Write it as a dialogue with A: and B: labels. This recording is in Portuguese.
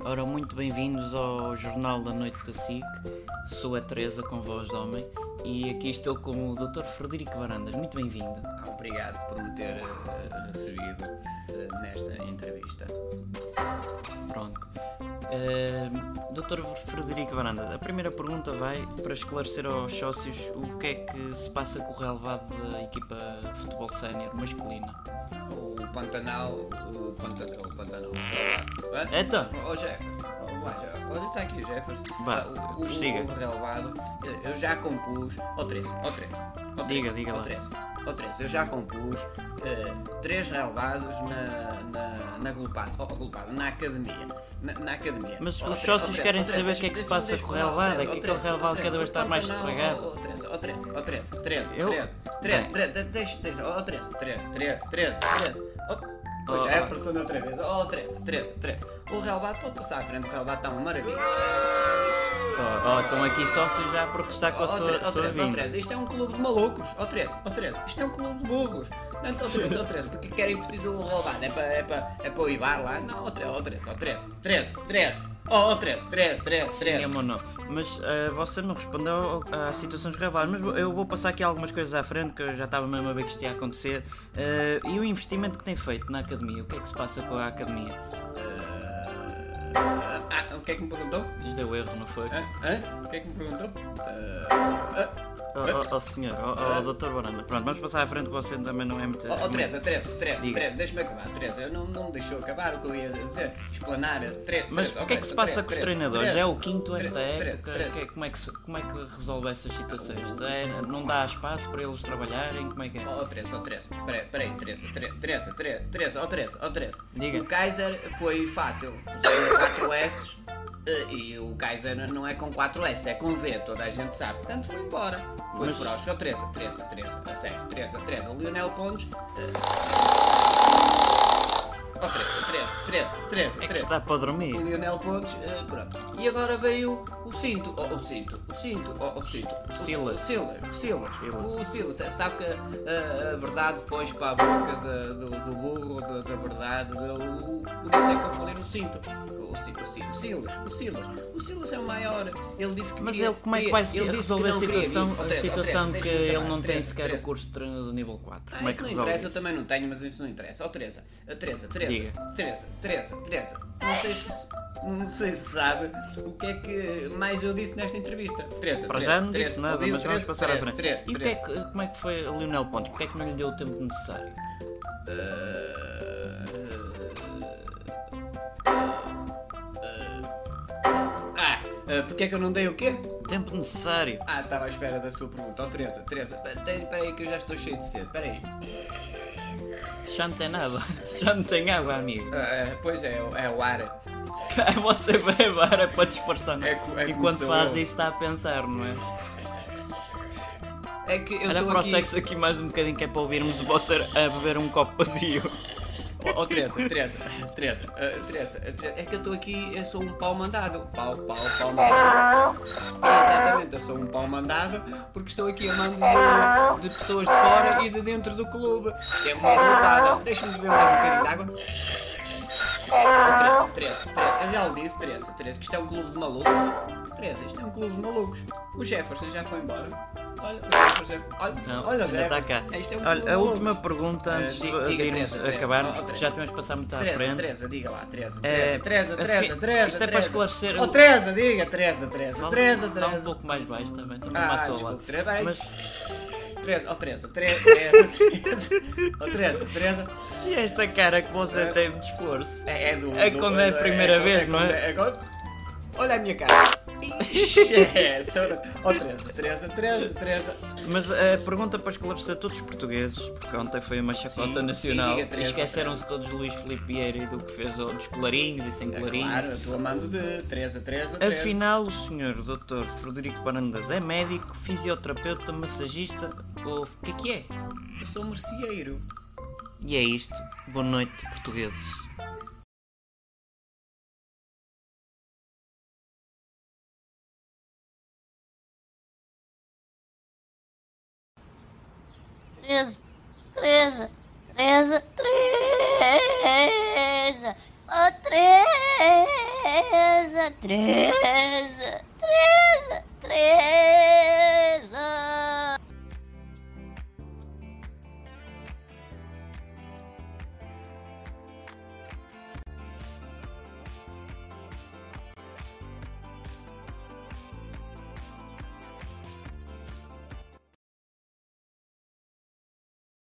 A: Ora, muito bem-vindos ao Jornal da Noite da SIC. Sou a Teresa, com voz de homem, e aqui estou com o Dr. Frederico Varandas. Muito bem-vindo.
B: Ah, Obrigado por me ter eh, recebido eh, nesta entrevista.
A: Pronto. Ahm, Dr. Frederico Varandas, a primeira pergunta vai para esclarecer aos sócios o que é que se passa com o relevado da equipa de futebol sénior masculina.
B: O Pantanal. O Pantanal. O Pantanal. Hã?
A: Então,
B: Ó Jefferson. ó, vai, Jefferson. Onde está aqui o Jefferson?
A: Vá,
B: Ah, o, o,
A: prossiga.
B: o relevado. Eu- Eu já compus. Ó 13, ó 13. ó
A: Diga,
B: 13,
A: diga
B: ó
A: lá.
B: 13, ó 13. Eu já compus eh, três relevados na, na, na Glupado. ó, Glupado, na academia. Na, na academia.
A: Mas
B: Ó,
A: os
B: três,
A: sócios
B: ó, três,
A: querem
B: ó, três,
A: saber o que é que
B: deixa-
A: se passa
B: deixa-
A: com o
B: não,
A: relevado,
B: três,
A: é que
B: ó, três,
A: aquele relevado
B: ó, três,
A: cada vez está mais
B: Pantanal,
A: estragado.
B: ó, ó, 13, ó 13, ó 13, 13,
A: Eu?
B: 13, 13, 13, deixa, deixa, ó 13, 13, 13, 13, 13, ó,
A: Ó,
B: o
A: ó.
B: Jefferson outra vez, ó 13, 13, 13, o relevado pode passar à frente, o relevado está uma maravilha,
A: ó, estão aqui sócios já a protestar com
B: ó
A: a sua,
B: 13, ó
A: sua
B: 13, ó
A: vinda.
B: 13, isto é um clube de malucos, ó 13, ó 13, isto é um clube de burros, portanto ó 13, ó 13, porque querem precisar do relevado, é para, é para, é para o Ibar lá, não, ó 13, ó 13, ó 13, 13, 13, ó 13, 13, 13, 13,
A: Mesmo ou É não. Mas eh, você não respondeu ao- à situação dos relevados, mas eu vou passar aqui algumas coisas à frente que eu já estava mesmo a ver que isto ia acontecer. Eh, e o investimento que tem feito na academia, o que é que se passa com a academia?
B: ah, o que é que me perguntou?
A: Lhes deu erro, não foi?
B: Hã? Hã? O que é que me perguntou? Ah,
A: Ó
B: é.
A: ó, ó, senhor, ó ó, doutor Baranda, pronto, vamos passar à frente que você também não é muito.
B: Ó oh,
A: muito-
B: Teresa, Teresa, Teresa,
A: Diga.
B: Teresa, deixa-me acabar, Teresa, não, não me deixou acabar o que eu ia dizer, explanar, Teresa,
A: Mas o que é que se passa com os treinadores? É o quinto esta época?
B: Teresa,
A: Que é- como, é que se- como é que resolve essas situações? É, não dá espaço para eles trabalharem? Como é que é?
B: Oh, Teresa, oh, Teresa, peraí, peraí, Teresa, Teresa, Teresa, Teresa, Teresa, oh, Teresa, oh, Teresa.
A: Diga.
B: O Kaiser foi fácil, usou 4 S eh, e o Kaiser não é com 4 S, é com Z, toda a gente sabe, portanto foi embora. Foi
A: Mas-
B: para o show, Teresa, Teresa, Teresa, a sério, Teresa, Teresa, o Lionel Pontes... eh, Oh, Teresa, Teresa, Teresa, Teresa,
A: É que
B: Teresa.
A: está para
B: o
A: dormir.
B: Lionel Pontes, eh, pronto. E agora veio o cinto, oh, o cinto, o cinto, oh, o cinto. O
A: Silas.
B: O Silas, o Silas.
A: Silas.
B: O Silas, eh, sabe que eh, a verdade foi para a boca da- do, do burro, da, da verdade, do, o- não sei o que eu falei no cinto. O cinto, o cinto, o Silas, o Silas. O Silas é o maior, ele disse que
A: Mas
B: queria-
A: ele, como é que
B: queria-
A: vai
B: ele disse que
A: resolver a
B: não queria vir.
A: situação,
B: Oh,
A: a
B: Teresa, oh,
A: situação
B: Teresa,
A: que
B: deixa-me
A: ele
B: acabar.
A: não tem
B: Teresa,
A: sequer o
B: Teresa.
A: curso de treinador nível 4?
B: Ah,
A: Como é
B: isso
A: que
B: não
A: resolve
B: interessa, eu
A: isso?
B: também não tenho, mas isso não interessa. Ó, Teresa, a Teresa, Teresa,
A: Diga.
B: Teresa, Teresa, Teresa, não sei se. Não sei se sabe o que é que mais eu disse nesta entrevista. Teresa,
A: Para
B: Teresa,
A: já não
B: Teresa,
A: disse nada,
B: ouviu?
A: mas vamos
B: Teresa,
A: passar à
B: Teresa,
A: frente.
B: Teresa,
A: E o que é
B: Teresa.
A: que, como é que foi o Lionel Pontes? Porquê é que não lhe deu o tempo necessário?
B: Ah, ah, porque é que eu não dei o quê?
A: O tempo necessário?
B: Ah, estava à espera da sua pergunta. Ó, Teresa, Teresa, espera aí que eu já estou cheio de sede, espera aí.
A: Já não tem nada. Já não tem água, amigo.
B: Ah, ah, pois é, é o ar.
A: Você vai agora para disfarçar. não é?
B: É que- é que
A: e quando
B: sou
A: faz
B: eu.
A: isso está a pensar, não é?
B: É que eu
A: Olha
B: estou
A: para
B: aqui...
A: o sexo aqui mais um bocadinho que é para ouvirmos você a beber um copo vazio.
B: Ó, oh, Teresa, Teresa, Teresa, ah, Teresa, ah, Teresa, é que eu estou aqui, eu sou um pau mandado. Pau, pau, pau mandado. É, exatamente, eu sou um pau mandado porque estou aqui a mando de, de pessoas de fora e de dentro do clube. Isto é uma lutada. Deixa-me beber mais um bocadinho de água. Oh, Teresa, Teresa, Teresa, eu já lhe disse, Teresa, Teresa, que isto é um clube de malucos. Teresa, isto é um clube de malucos. O Jefferson já foi embora. Olha, o Jefferson, olha,
A: Não,
B: olha o
A: ainda está cá.
B: Jefferson. Isto é um clube de
A: Olha, a
B: malucos.
A: última pergunta
B: Eh,
A: antes de,
B: diga-
A: de
B: diga,
A: irmos
B: Teresa, Teresa,
A: acabarmos,
B: ó, Teresa.
A: porque já temos passado muito à
B: Teresa,
A: frente.
B: Teresa, diga lá, Teresa,
A: Tá, É,
B: Teresa, Teresa,
A: enfim,
B: Teresa, Teresa.
A: isto é para
B: Teresa.
A: esclarecer
B: Oh,
A: o-
B: Teresa, diga, Teresa, Teresa,
A: Fala-
B: Teresa,
A: fala um
B: Teresa.
A: pouco mais baixo também, também
B: Ah,
A: mais ao
B: desculpe,
A: lado.
B: Teresa, bem.
A: Mas,
B: Teresa, oh, Teresa, Teresa, Teresa. Oh, Teresa, Teresa.
A: e esta cara que você tem de esforço?
B: É, é do.
A: É
B: do-
A: quando é a
B: do-
A: primeira
B: quando-
A: vez, não
B: quando
A: é?
B: quando- Olha a minha cara. Ixi, é, sou- Oh, Teresa, Teresa, Teresa, Teresa.
A: Mas a pergunta para esclarecer a todos os portugueses, porque ontem foi uma chacota
B: Sim,
A: nacional,
B: sim, diga, Teresa,
A: esqueceram-se todos de Luís Filipe Vieira e do que fez ao- dos colarinhos e sem
B: É
A: colarinhos.
B: Claro, eu estou amando de Teresa, Teresa, Teresa.
A: Afinal, o senhor Dr. Frederico Barandas é médico, fisioterapeuta, massagista, ou o que é que é?
B: eu sou um merceeiro.
A: E é isto. Boa noite, portugueses.
C: Teresa, Teresa, Teresa, Teresa, Oh, Teresa, Teresa.